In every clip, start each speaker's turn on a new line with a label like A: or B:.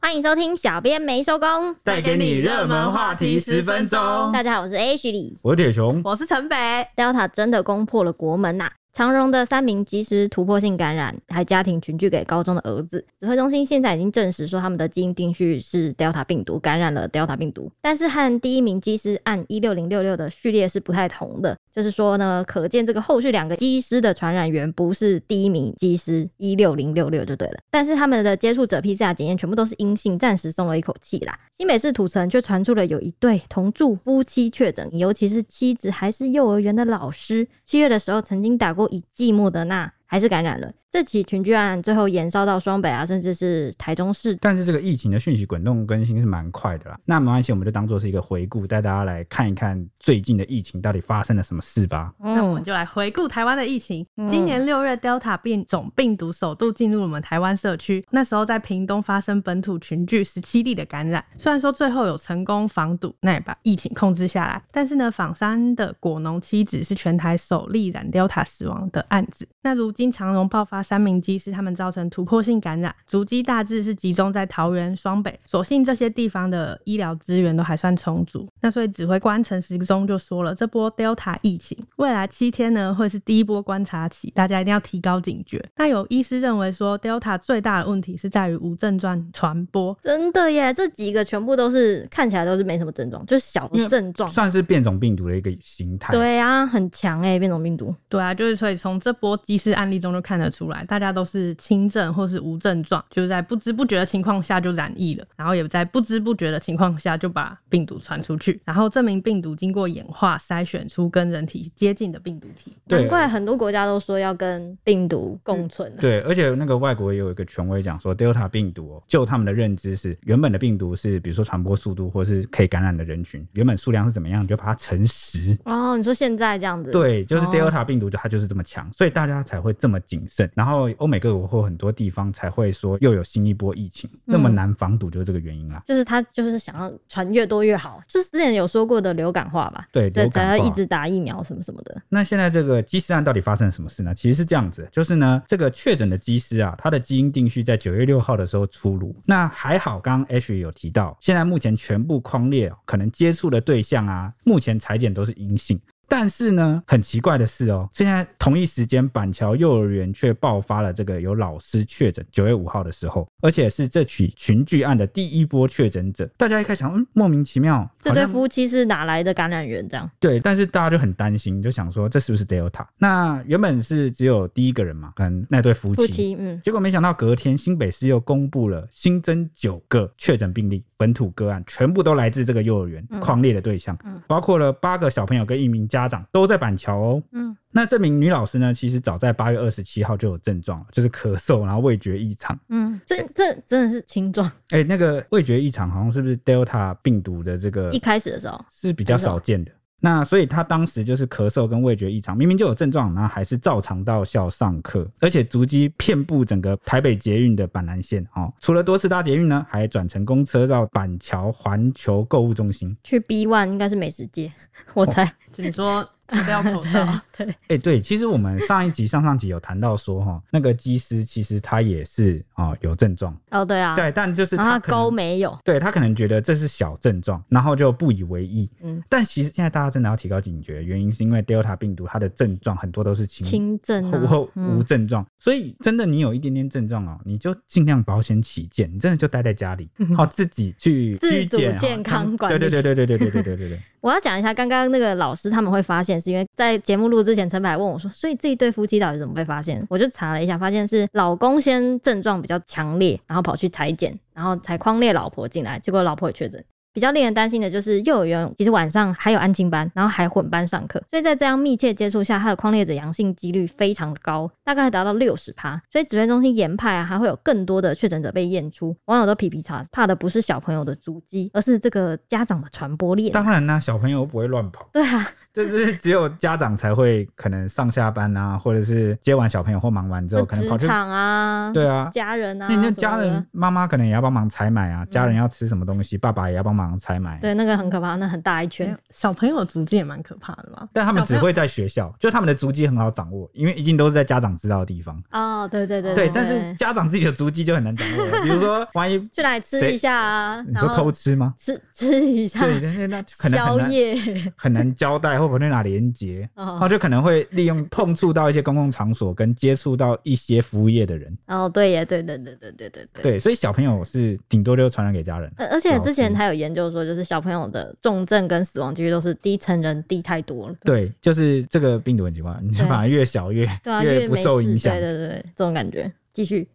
A: 欢迎收听《小编没收工》，
B: 带给你热门话题十分钟。
A: 大家好，我是 H 李。
B: 我是铁熊，
C: 我是城北，
A: Delta 真的攻破了国门呐、啊长荣的三名机师突破性感染，还家庭群聚给高中的儿子。指挥中心现在已经证实说，他们的基因定序是 Delta 病毒感染了 Delta 病毒，但是和第一名机师按一六零六六的序列是不太同的。就是说呢，可见这个后续两个机师的传染源不是第一名机师一六零六六就对了，但是他们的接触者 PCR 检验全部都是阴性，暂时松了一口气啦。新北市土城却传出了有一对同住夫妻确诊，尤其是妻子还是幼儿园的老师，七月的时候曾经打过一剂莫德纳，还是感染了。这起群聚案最后延烧到双北啊，甚至是台中市。
B: 但是这个疫情的讯息滚动更新是蛮快的啦。那没关系，我们就当做是一个回顾，带大家来看一看最近的疫情到底发生了什么事吧。
C: 那我们
A: 嗯，
C: 就来回顾台湾的疫情。
A: 嗯
C: 今年六月，Delta 变种病毒首度进入我们台湾社区，那时候在屏东发生本土群聚十七例的感染。虽然说最后有成功防堵，那也把疫情控制下来，但是呢，仿山的果农妻子是全台首例染 Delta 死亡的案子。那如今长荣爆发三名机师，他们造成突破性感染，足迹大致是集中在桃园、双北，所幸这些地方的医疗资源都还算充足。那所以指挥官陈时中就说了，这波 Delta 疫情未来七天呢会是第一波观察期，大家一定要提高警觉。那有医师认为说，Delta 最大的问题是在于无症状传播。
A: 真的耶，这几个全部都是看起来都是没什么症状，就是小
B: 因为
A: 症状。
B: 算是变种病毒的一个形态。，
A: 对啊，很强哎，变种病毒。
C: 对啊，就是所以从这波机师案例中就看得出来，大家都是轻症或是无症状，就是在不知不觉的情况下就染疫了，然后也在不知不觉的情况下就把病毒传出去，然后这名病毒经过演化筛选出跟人体接近的病毒体。
B: 对啊嗯
A: 难怪很多国家都说要跟病毒共存、啊
B: 对，而且那个外国也有一个权威讲说，Delta 病毒、哦，就他们的认知是，原本的病毒是比如说传播速度或是可以感染的人群，原本数量是怎么样，你就把它乘十。
A: 哦，你说现在这样子，，
B: 对，就是
A: 哦
B: Delta 病毒，就它就是这么强，所以大家才会这么谨慎。然后欧美各国或很多地方才会说又有新一波疫情，那么
A: 嗯
B: 难防堵，就是这个原因啦。
A: 就是他就是想要传越多越好，就是之前有说过的流感化吧，
B: 对
A: 所以
B: 流感
A: 才
B: 化
A: 要一直打疫苗什么什么的，
B: 那现在这个机师案到底发生了什么事呢？其实是这样子，就是呢，这个确诊的机师啊，他的基因定序在九月六号的时候出炉。那还好，刚刚 H 有提到，现在目前全部框列哦可能接触的对象啊，目前裁剪都是阴性。但是呢，很奇怪的是哦，现在同一时间，板桥幼儿园却爆发了这个有老师确诊，九月五号的时候，而且是这起群聚案的第一波确诊者。大家一开始想，嗯，莫名其妙，
A: 这
B: 好
A: 对
B: 像
A: 夫妻是哪来的感染源？这样，
B: 对，但是大家就很担心，就想说这是不是 Delta？那原本是只有第一个人嘛，跟那对夫妻。
A: 夫妻，嗯，
B: 结果没想到隔天新北市又公布了新增九个确诊病例，本土个案全部都来自这个幼儿园
A: 嗯
B: 狂烈的对象，
A: 嗯
B: 包括了八个小朋友跟一名家长都在板桥哦。
A: 嗯，
B: 那这名女老师呢，其实早在八月二十七号就有症状了，就是咳嗽，然后味觉异常。
A: 嗯，这这真的是轻状，
B: 哎、那个味觉异常好像是不是 Delta 病毒的这个
A: 一开始的时候，
B: 是比较少见的。那所以他当时就是咳嗽跟味觉异常，明明就有症状，然后还是照常到校上课，而且足迹遍布整个台北捷运的板南线哦。除了多次搭捷运呢，还转乘公车到板桥环球购物中心。
A: 去 B One 应该是美食街，我猜，
C: 就 你说脱掉口罩，
B: 哎、哦对，其实我们上一集、上上集有谈到说哈、哦，那个机师其实他也是哦有症状，
A: 哦，对啊，
B: 对，但就是
A: 然后
B: 他
A: 他
B: 可能嗯
A: 沟没有，
B: 对他可能觉得这是小症状，然后就不以为意。
A: 嗯
B: 嗯，但其实现在大家真的要提高警觉，原因是因为 Delta 病毒它的症状很多都是轻
A: 轻症啊
B: 或，无
A: 嗯，
B: 症状，所以真的你有一点点症状哦，你就尽量保险起见，你真的就待在家里，好、自己去
A: 嗯自
B: 居
A: 主
B: 检
A: 健
B: 哦
A: 康管理
B: 对对对对对对对对对对。
A: 我要讲一下，刚刚那个老师他们会发现，是因为在节目录之前，陈柏还问我说，所以这一对夫妻到底怎么被发现？我就查了一下，发现是老公先症状比较强烈，然后跑去裁剪，然后才框列老婆进来，结果老婆也确诊。比较令人担心的就是幼儿园，其实晚上还有安亲班，然后还混班上课，所以在这样密切接触下，它的框列者阳性几率非常高，大概达到六十趴。所以指挥中心研判啊，还会有更多的确诊者被验出。网友都皮皮查，怕的不是小朋友的足迹，而是这个家长的传播链。
B: 当然啦、小朋友不会乱 跑，
A: 对啊，
B: 这是只有家长才会，可能上下班啊，或者是接完小朋友或忙完之后，可能
A: 职
B: 跑去。
A: 场啊，
B: 对啊
A: 家人啊，
B: 那你那
A: 什么
B: 家
A: 的
B: 人妈妈可能也要帮忙采买啊，家人要吃什么东西，爸爸也要帮忙房采买。
A: 嗯对，那个很可怕，那很大一
C: 没
A: 圈
C: 有。小朋友足迹也蛮可怕的吧？
B: 但他们
C: 小
B: 只
C: 朋友
B: 会在学校，就是他们的足迹很好掌握，因为一定都是在家长知道的地方。
A: 哦，对对对
B: 对，但是家长自己的足迹就很难掌握 了。比如说，万一
A: 去哪里吃一下啊？
B: 你
A: 然
B: 说
A: 后
B: 偷吃吗？
A: 吃吃一下
B: 对，那那那可能很
A: 宵
B: 难
A: 夜，
B: 很难交代会不会哪连接，
A: 哦
B: 然后就可能会利用碰触到一些公共场所，跟接触到一些服务业的人。
A: 哦，对耶，对对对对对对对。
B: 对，所以小朋友是顶多就传染给家人。
A: 而而且之前
B: 老师
A: 还有研究说，就是小朋友的重症跟死亡几率都是低成人低太多了。
B: 对，就是这个病毒很奇怪，你
A: 对
B: 反而越小越
A: 对啊，
B: 越
A: 越
B: 不
A: 没事，
B: 受影响
A: 对。对对，对这种感觉。继 续，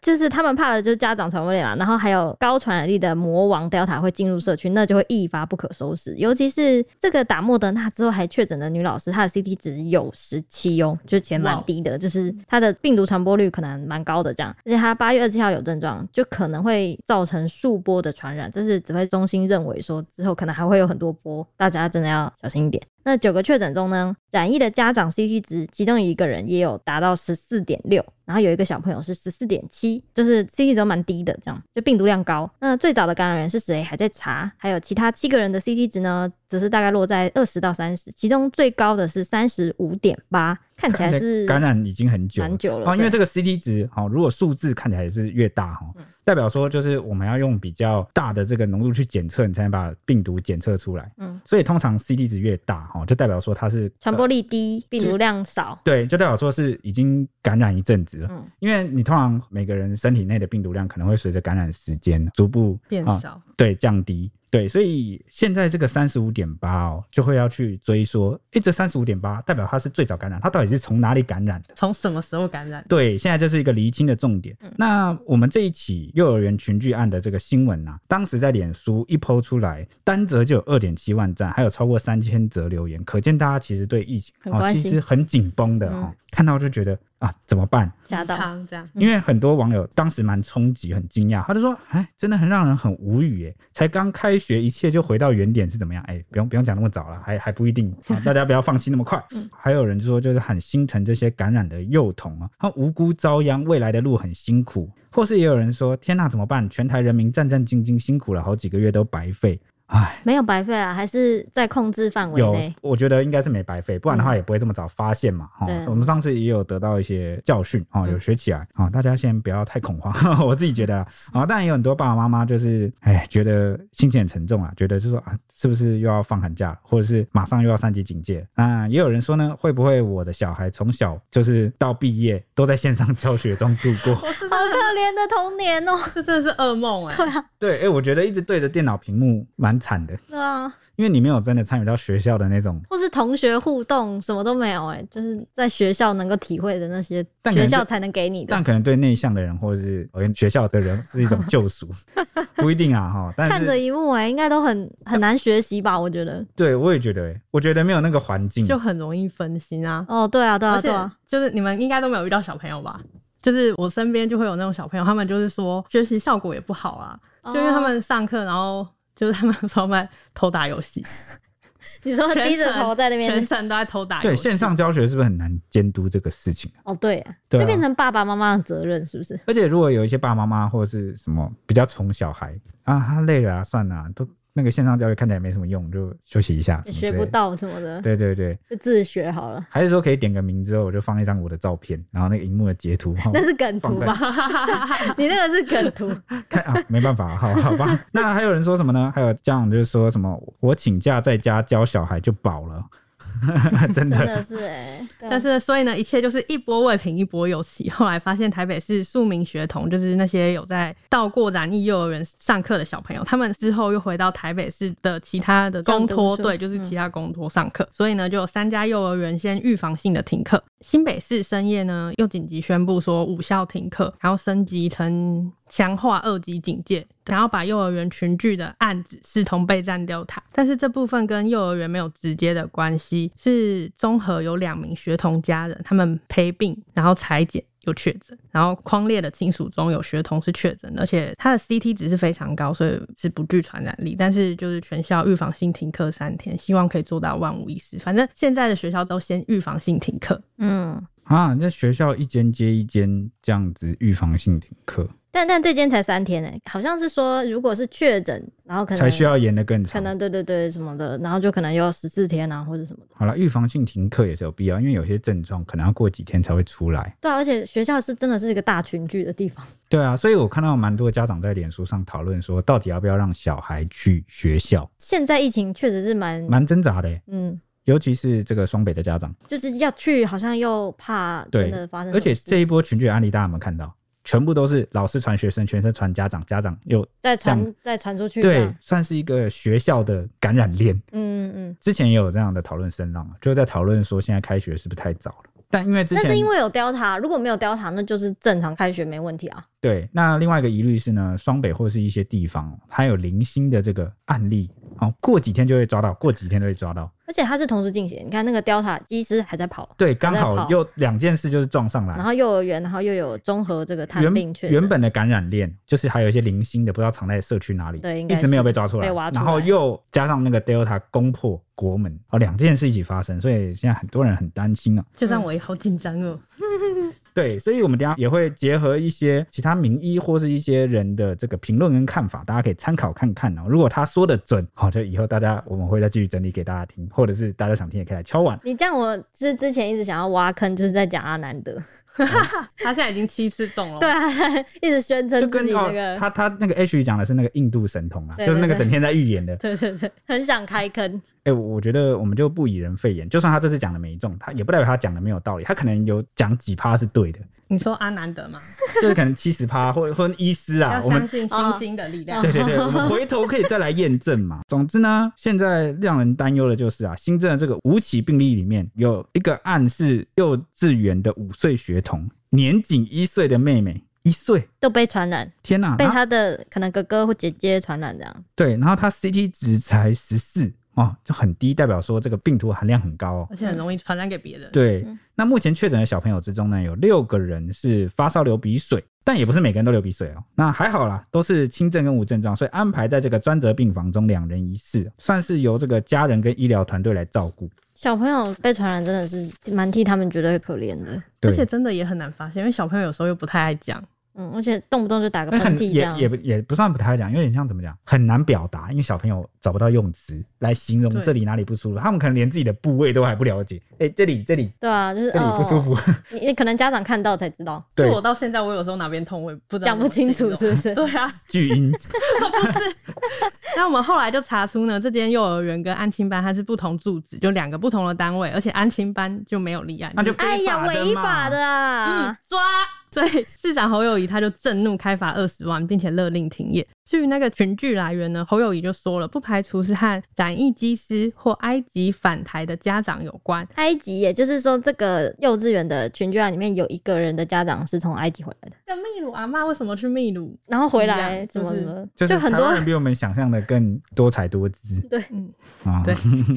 A: 就是他们怕的就是家长传播链嘛，然后还有高传染力的魔王 Delta 会进入社区，那就会一发不可收拾。尤其是这个打莫德纳之后还确诊的女老师，她的 CT 值有十七哦，就是前蛮
C: 哇
A: 低的，就是她的病毒传播率可能蛮高的这样。而且她八月二十七号有症状，就可能会造成数波的传染，这是指挥中心认为说之后可能还会有很多波，大家真的要小心一点。那九个确诊中呢，染疫的家长 CT 值，其中有一个人也有达到十四点六，然后有一个小朋友是十四点七，就是 CT 值都蛮低的，这样就病毒量高。那最早的感染源是谁还在查，还有其他七个人的 CT 值呢，只是大概落在二十到三十，其中最高的是三十五点八，看起来是
B: 感染已经很久了
A: 蛮久了
B: 哦，因
A: 对嗯
B: 为这个 CT 值好、哦，如果数字看起来是越大哈、哦代表说就是我们要用比较大的这个浓度去检测，你才能把病毒检测出来。
A: 嗯，
B: 所以通常 CT 值越大哈、哦，就代表说它是呃
A: 传播力低，病毒量少。
B: 对，就代表说是已经感染一阵子了。
A: 嗯
B: 因为你通常每个人身体内的病毒量可能会随着感染时间逐步
C: 变
B: 啊
C: 少，
B: 对，降低。对，所以现在这个三十五点八哦，就会要去追说，诶，这三十五点八代表它是最早感染，它到底是从哪里感染的？
C: 从什么时候感染？
B: 对，现在这是一个厘清的重点。
A: 嗯
B: 那我们这一起幼儿园群聚案的这个新闻啊，当时在脸书一抛出来，单则就有二点七万赞，还有超过三千则留言，可见大家其实对疫情
A: 很
B: 哦，
A: 关
B: 其
A: 心嗯
B: 实很紧绷的哦，看到就觉得啊，怎么办？
A: 吓到，
C: 汤这样。
B: 因为很多网友当时蛮冲击、很惊讶，他就说：“哎，真的很让人很无语耶！才刚开学，一切就回到原点是怎么样？哎，不用不用讲那么早了，还还不一定、啊，大家不要放弃那么快。还有人就说，就是很心疼这些感染的幼童啊，他无辜遭殃，未来的路很辛苦。或是也有人说：“天呐，怎么办？全台人民战战兢兢，辛苦了好几个月都白费。”哎，
A: 没有白费啊，还是在控制范围
B: 有
A: 内。，嗯
B: 我觉得应该是没白费，不然的话也不会这么早发现嘛。哈、
A: 对
B: 我们上次也有得到一些教训，哦，
A: 嗯
B: 有学起来啊、哦大家先不要太恐慌， 我自己觉得啊、
A: 嗯
B: 哦，当然有很多爸爸妈妈就是，哎，觉得心情很沉重啊，觉得就说啊，是不是又要放寒假了，或者是马上又要三级警戒？那也有人说呢，会不会我的小孩从小就是到毕业都在线上教学中度 过？
C: 我是
A: 好可怜的童年哦、
C: 这真的是噩梦哎、
A: 啊
B: 对，哎，我觉得一直对着电脑屏幕蛮惨的，
A: 对啊，
B: 因为你没有真的参与到学校的那种
A: 或是同学互动什么都没有、哎，就是在学校能够体会的那些，
B: 但可
A: 学
B: 能
A: 校
B: 就
A: 才能给你的
B: 但。可能对内向的人或者是我跟学校的人是一种救 赎，不一定啊哈。但
A: 看着
B: 是
A: 一幕、哎，应该都很很难学习吧？我觉得。
B: 对我也觉得欸，我觉得没有那个环境，
C: 就很容易分心啊。
A: 哦，对啊，对啊，
C: 而
A: 对
C: 且
A: 啊，
C: 就是你们应该都没有遇到小朋友吧？就是我身边就会有那种小朋友，他们就是说学习效果也不好啊，
A: 哦
C: 就因为他们上课，然后就是他们说他们偷打游戏，
A: 你 说
C: 全
A: 低着
C: 程
A: 头在那
C: 全
A: 边，
C: 程都在偷打游
B: 对
C: 戏。
B: 线上教学是不是很难监督这个事情啊？
A: 哦，对啊，
B: 对啊
A: 就变成爸爸妈妈的责任，是不是？
B: 而且如果有一些爸爸妈妈或者是什么比较宠小孩啊，他累了啊，算了啊、都那个线上教育看起来没什么用，就休息一下，什么
A: 学
B: 之
A: 不
B: 类的。
A: 到什么的，
B: 对哦对对，
A: 就自学好了。
B: 还是说可以点个名之后，我就放一张我的照片，然后那个荧幕的 截图，哈
A: 那是梗图
B: 放在
A: 吧？ 你那个是梗图，
B: 看啊，没办法，好好吧。那还有人说什么呢？还有家长就是说什么，我请假在家教小孩就饱了， 真
A: 真
B: 的。
A: 的是哎、对啊
C: 但是，所以呢，一切就是一波未平一波又起。 后来发现台北市庶民学童，就是那些有在到过染疫幼儿园上课的小朋友，他们之后又回到台北市的其他的公
A: 上
C: 托
A: 读书嗯
C: 对，就是其他公托上课。所以呢，就有三家幼儿园先预防性的停课。新北市深夜呢，又紧急宣布说五校停课，然后升级成强化二级警戒，然后把幼儿园群聚的案子视同备战调查。但是这部分跟幼儿园没有直接的关系，是综合有两名学童家人，他们陪病，然后裁剪。有确诊，然后匡列的亲属中有学童是确诊的，而且他的 CT 值是非常高，所以是不具传染力。但是就是全校预防性停课三天，希望可以做到万无一失。反正现在的学校都先预防性停课，
A: 嗯，
B: 啊，在学校一间接一间这样子预防性停课，
A: 但但这间才三天哎、好像是说如果是确诊，然后可能
B: 才需要延得更
A: 可
B: 长。
A: 能对对对什么的，然后就可能要十四天啊或者什么的。
B: 好了，预防性停课也是有必要，因为有些症状可能要过几天才会出来。
A: 对啊、而且学校是真的是一个大群聚的地方。
B: 对啊，所以我看到蛮多家长在脸书上讨论说，到底要不要让小孩去学校，
A: 现在疫情确实是蛮
B: 蛮挣扎的欸、
A: 嗯，
B: 尤其是这个双北的家长。
A: 就是要去好像又怕
B: 对
A: 真的发生什
B: 而
A: 么事，
B: 且这一波群聚的案例，大家有没有看到？全部都是老师传学生，学生传家长，家长又
A: 再
B: 这
A: 传再传出去，这
B: 对
A: 样，
B: 算是一个学校的感染链。
A: 嗯嗯嗯。
B: 之前也有这样的讨论声浪啊，就是在讨论说现在开学是不是太早了？但因为之
A: 那
B: 前
A: 是因为有 Delta，如果没有 Delta，那就是正常开学没问题啊。
B: 对，那另外一个疑虑是呢，双北或是一些地方哦它有零星的这个案例，哦，过几天就会抓到，过几天就会抓到。
A: 而且它是同时进行，你看那个 Delta 机师还在跑，
B: 对，刚
A: 还在
B: 好
A: 跑
B: 又两件事就是撞上来
A: 然，后幼儿园，然后又有综合这个探病
B: 原
A: 确诊
B: 原本的感染链就是还有一些零星的，不知道藏在社区哪里，
A: 对应
B: 一
A: 该
B: 直没有
A: 是
B: 被抓出来，
A: 被挖出
B: 然后
A: 来
B: 又加上那个 Delta 攻破国门，哦，两件事一起发生，所以现在很多人很担心啊。
C: 就让
A: 嗯
C: 我也好紧张 哦。
B: 对，所以我们等一下也会结合一些其他名医或是一些人的这个评论跟看法，大家可以参考看看哦。如果他说的准，好、就以后大家我们会再继续整理给大家听，或者是大家想听也可以来敲碗。
A: 你这样，我是之前一直想要挖坑，就是在讲阿南德，
C: 他现在已经七次中 了，
A: 对，啊，一直宣称
B: 哦就
A: 自
B: 跟
A: 己
B: 哦
A: 那，个，
B: 他他那个 H 讲的是那个印度神童啊，
A: 对
B: 就是那个
A: 对对
B: 整天在预言的。
A: 对对对，很想开坑，
B: 哎、我我觉得我们就不以人废言，就算他这次讲的没中，他也不代表他讲的没有道理，他可能有讲几趴是对的，
C: 你说阿南德吗？
B: 就是可能七十趴或或医师啊
C: 要，
B: 我们
C: 相信星星的力量。
A: 嗯
B: 对对对，我们回头可以再来验证嘛。总之呢，现在让人担忧的就是啊，新增的这个五起病例里面有一个案是幼稚园的五岁学童，年仅一岁的妹妹，一岁，
A: 都被传染，
B: 天呐、
A: 被
B: 她
A: 他的可能哥哥或姐姐传染这样，
B: 对，然后她 CT 值才十四哦，就很低，代表说这个病毒含量很高哦。
C: 而且很容易传染给别人。
B: 对
A: 嗯，
B: 那目前确诊的小朋友之中呢，有六个人是发烧流鼻水，但也不是每个人都流鼻水哦。那还好啦，都是轻症跟无症状，所以安排在这个专责病房中，两人一室，算是由这个家人跟医疗团队来照顾。
A: 小朋友被传染真的是蛮替他们觉得可怜的，
B: 对，
C: 而且真的也很难发现，因为小朋友有时候又不太爱讲。
A: 嗯，而且动不动就打个
B: 因为
A: 喷
B: 很
A: 嚏这
B: 也
A: 样，
B: 也不也不算不太讲，有点像怎么讲，很难表达，因为小朋友找不到用词来形容
C: 对
B: 这里哪里不舒服，他们可能连自己的部位都还不了解。哎、这里这里
A: 对啊，就是
B: 这里不舒，服，
A: 哦你你可能家长看到才知道，
B: 对
C: 就我到现在，我有时候哪边痛，我也不知道
A: 讲不清楚
C: 怎么
A: 是不是
C: 形容对啊，
B: 巨婴。
C: 那我们后来就查出呢，这间幼儿园跟安亲班它是不同住址，就两个不同的单位，而且安亲班就没有立案，
B: 那就
C: 你
A: 哎呀，
B: 非
A: 违
B: 法
A: 法
B: 的
A: 的
C: 嗯
A: 啊，
C: 抓。所以市长侯友谊他就震怒开罚二十万，并且勒令停业。至于那个群聚来源呢，侯友谊就说了，不排除是和展翼机师或埃及返台的家长有关。
A: 埃及也就是说这个幼稚园的群聚啊案里面有一个人的家长是从埃及回来的。
C: 那秘鲁阿妈为什么去秘鲁？
A: 然后回
C: 一
A: 来
C: 样
A: 怎么
C: 就是
A: 了？
B: 就是
A: 很
B: 台
A: 多
B: 湾人比我们想象的更多彩多姿。
A: 对，
C: 嗯，
B: 啊，
C: 对。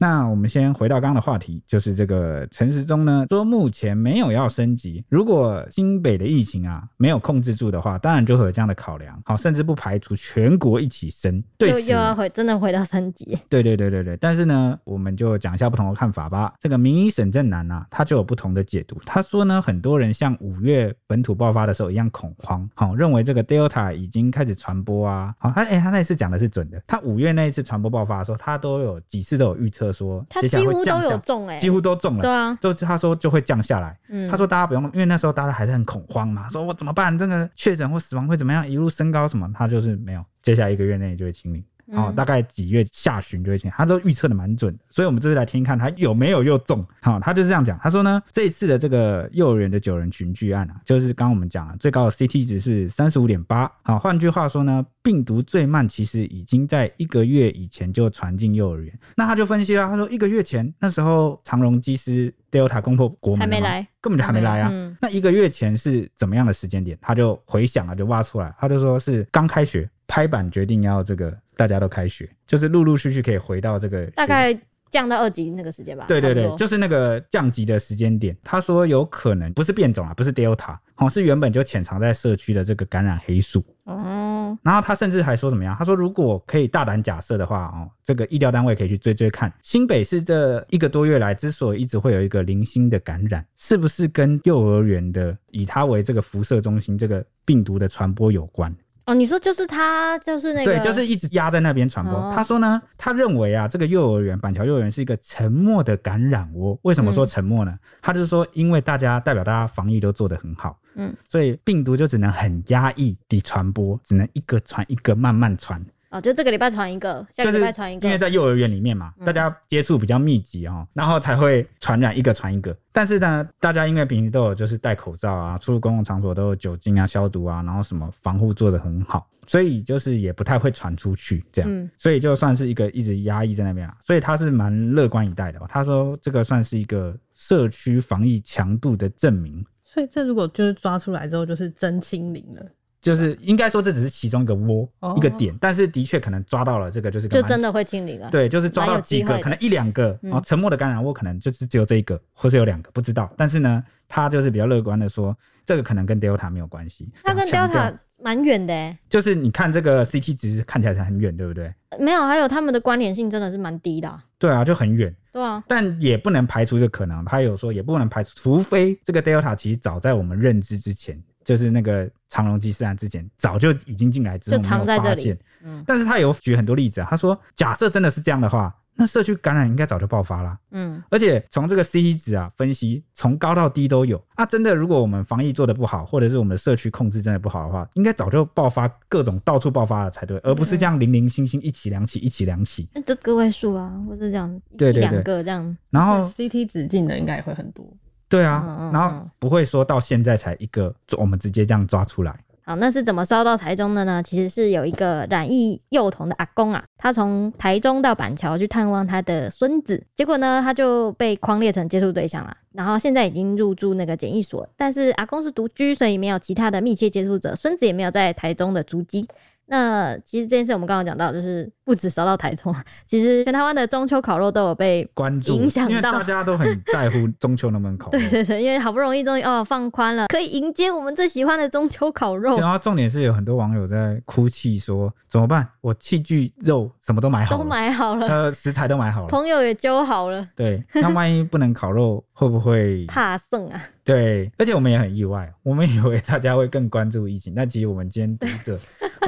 B: 那我们先回到刚刚的话题，就是这个陈时中呢说，目前没有要升级。如果新北的疫情啊没有控制住的话，当然就会有这样的考量。好，甚至不排除全国一起升。对
A: 又
B: 此
A: 又，要回真的回到三级，
B: 对对对对对。但是呢，我们就讲一下不同的看法吧。这个名医沈正南啊，他就有不同的解读。他说呢，很多人像五月本土爆发的时候一样恐慌，好、认为这个 Delta 已经开始传播啊。好、他哎、他那一次讲的是准的。他五月那一次传播爆发的时候，他都有几次都有预测说，
A: 他
B: 接下来
A: 几
B: 会
A: 乎
B: 降
A: 都有
B: 下
A: 中哎、
B: 几乎都中
A: 对
B: 了。
A: 啊，
B: 就是他说就会降下来，
A: 嗯，
B: 他说大家不用，因为那时候大家还是很恐慌嘛，说我怎么办？这个确诊或死亡会怎么样？一路升高什么？他就是没有，接下来一个月内就会清零，哦，
A: 嗯
B: 大概几月下旬就会清零，他都预测的蛮准的。所以我们这次来听看他有没有又中。好、他就是这样讲，他说呢，这一次的这个幼儿园的九人群聚案啊，就是刚刚我们讲了，最高的 CT 值是三十五点八。好，换句话说呢，病毒最慢其实已经在一个月以前就传进幼儿园。那他就分析了，他说一个月前那时候长荣机师 Delta 攻破国门
A: 还
B: 了
A: 没
B: 嘛
A: 来，
B: 根本就还没来啊。
A: 嗯
B: 那一个月前是怎么样的时间点？他就回想了，就挖出来，他就说是刚开学，拍板决定要这个大家都开学，就是陆陆续续可以回到这个
A: 大
B: 学校
A: 概降到二级那个时间吧，
B: 对对
A: 差
B: 对
A: 不，多
B: 就是那个降级的时间点。他说有可能不是变种啊，不是 Delta，哦，是原本就潜藏在社区的这个感染黑素。
A: 哦，哦，
B: 然后他甚至还说怎么样？他说如果可以大胆假设的话，哦，这个医疗单位可以去追追看，新北市这一个多月来之所以一直会有一个零星的感染，是不是跟幼儿园的以它为这个辐射中心这个病毒的传播有关？
A: 哦，你说就是他，就是那个，
B: 对，就是一直压在那边传播。
A: 哦
B: 他说呢，他认为啊，这个幼儿园板桥幼儿园是一个沉默的感染窝。为什么说
A: 嗯
B: 沉默呢？他就是说，因为大家代表大家防疫都做得很好，
A: 嗯，
B: 所以病毒就只能很压抑地传播，只能一个传一个慢慢传。
A: 哦，就这个礼拜传一个，下
B: 就
A: 个
B: 是
A: 礼拜传一个，
B: 因为在幼儿园里面嘛，
A: 嗯
B: 大家接触比较密集哦，然后才会传染一个传一个。但是呢，大家因为平时都有就是戴口罩啊，出入公共场所都有酒精啊、消毒啊，然后什么防护做得很好，所以就是也不太会传出去这样。
A: 嗯
B: 所以就算是一个一直压抑在那边啊，所以他是蛮乐观以待的、哦。他说这个算是一个社区防疫强度的证明，
C: 所以这如果就是抓出来之后，就是真清零了。
B: 就是
A: 嗯
B: 应该说这只是其中一个窝、
C: 哦
B: 一个点，但是的确可能抓到了这个就是个
A: 就
B: 蛮
A: 真的会清零啊。，
B: 对，就是抓
A: 蛮
B: 到
A: 有
B: 几
A: 机会
B: 个，
A: 的
B: 可能一两个，
A: 嗯
B: 然后沉默的感染我可能就是只有这一个，或是有两个，不知道。但是呢，他就是比较乐观的说，这个可能跟 Delta 没有关系。
A: 它跟
B: 强调
A: Delta 蛮远的、欸，
B: 就是你看这个 CT 值看起来是很远，对不对？
A: 没有，还有他们的关联性真的是蛮低的啊、
B: 对啊，就很远，
A: 对啊，
B: 但也不能排除一个可能。他有说也不能排除，除非这个 Delta 其实早在我们认知之前，就是那个长隆基斯案之前，早就已经进来，只是我
A: 就
B: 们
A: 藏
B: 没
A: 在
B: 有
A: 这
B: 发
A: 里
B: 现。
A: 嗯
B: 但是他有举很多例子啊，他说假设真的是这样的话，那社区感染应该早就爆发啦。
A: 嗯，
B: 而且从这个 C T 值啊分析，从高到低都有。啊，真的，如果我们防疫做得不好，或者是我们的社区控制真的不好的话，应该早就爆发各种到处爆发了才对，而不是这样零零星星一起两起一起两起。
A: 那这个位数啊，或者这样一
B: 对对对
A: 一两个这样，
B: 然
C: 然
B: 后
C: CT 指进的应该也会很多。
B: 对啊，
A: 嗯嗯
B: 然后
A: 嗯
B: 不会说到现在才一个，我们直接这样抓出来。
A: 好，那是怎么烧到台中的呢？其实是有一个染疫幼童的阿公啊，他从台中到板桥去探望他的孙子，结果呢，他就被框列成接触对象了。然后现在已经入住那个检疫所，但是阿公是独居，所以没有其他的密切接触者，孙子也没有在台中的足迹。那其实这件事我们刚刚讲到，就是不止烧到台中啊，其实全台湾的中秋烤肉都有被
B: 关注，
A: 影响到
B: 因为大家都很在乎中秋能不能烤肉
A: 对。对对，因为好不容易终于哦放宽了，可以迎接我们最喜欢的中秋烤肉，
B: 然后重点是有很多网友在哭泣说怎么办？我器具、肉什么都买好
A: 都
B: 了，
A: 买好了，
B: 呃，食材都买好了，
A: 朋友也揪好了。
B: 对，那万一不能烤肉，会不会？
A: 怕剩啊，
B: 对，而且我们也很意外，我们以为大家会更关注疫情，但其实我们今天读 者，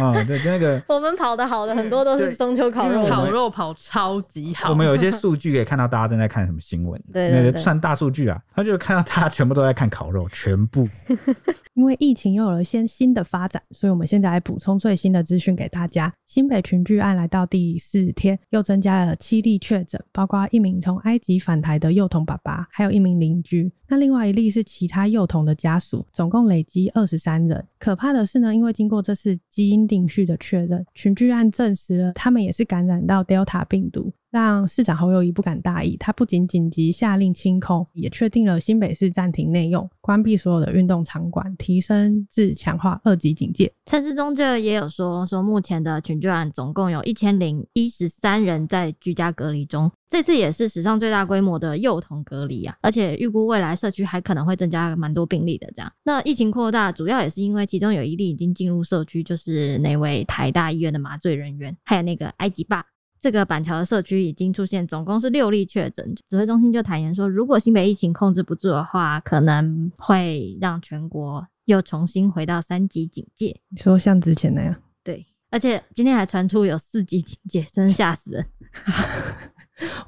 B: 啊、对那个。
A: 我们跑的好的很多都
B: 对
A: 是中秋烤肉
B: 因为我
A: 嘛，
B: 们
C: 烤肉跑超级好，
B: 我们有一些数据可以看到大家正在看什么新闻，
A: 对对对
B: 那个算大数据啊，他就看到大家全部都在看烤肉，全部
C: 因为疫情又有了一些新的发展，所以我们现在来补充最新的资讯给大家。新北群聚案来到第四天，又增加了七例确诊，包括一名从埃及返台的幼童爸爸，还有一名邻居。那另外一例是其他幼童的家属，总共累积二十三人。可怕的是呢，因为经过这次基因定序的确认，群聚案证实了他们也是感染到 Delta 病毒，让市长侯友谊不敢大意，他不仅紧急下令清空，也确定了新北市暂停内用，关闭所有的运动场馆，提升至强化二级警戒。
A: 陈市中就也有说，说目前的群聚案总共有一千零一十三人在居家隔离中，这次也是史上最大规模的幼童隔离啊，而且预估未来社区还可能会增加蛮多病例的。这样，那疫情扩大主要也是因为其中有一例已经进入社区，就是那位台大医院的麻醉人员，还有那个埃及爸。这个板桥的社区已经出现总共是六例确诊，指挥中心就坦言说，如果新北疫情控制不住的话，可能会让全国又重新回到三级警戒。
C: 你说像之前那样，
A: 对，而且今天还传出有四级警戒，真是吓死人，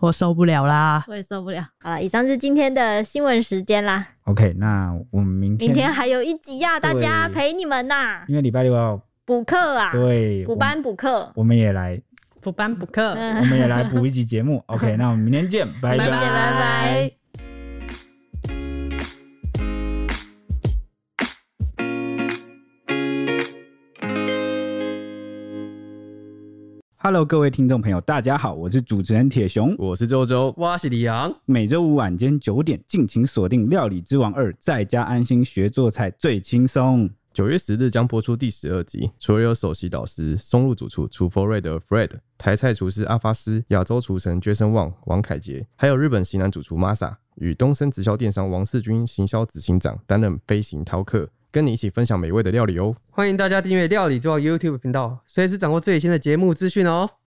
C: 我受不了啦！
A: 我也受不了。好了，以上是今天的新闻时间啦，
B: OK。那我们明天，
A: 明天还有一集呀、大家
B: 对
A: 陪你们呐、
B: 因为礼拜六要
A: 补课啊，
B: 对
A: 补班补课
B: 我，我们 也来，
C: 补班补课
A: 嗯
B: 我们也来补一集节目。OK，那我们明天见，拜
A: 明天见拜拜。
B: Hello，各位听众朋友，大家好，我是主持人铁熊。
D: 我是周周，我是李阳，
B: 每周五晚间九点，敬请锁定《料理之王二》，在家安心学做菜最轻松。
D: 九月十日将播出第十二集。除了有首席导师松露主厨楚佛瑞德 Fred、台菜厨师阿发斯、亚洲厨神 Jason Wang 王凯杰，还有日本型男主厨 Masa 与东森直销电商王世军行销执行长担任飞行饕客。跟你一起分享美味的料理哦。
E: 欢迎大家订阅料理之王 YouTube 频道，随时掌握最新的节目资讯哦。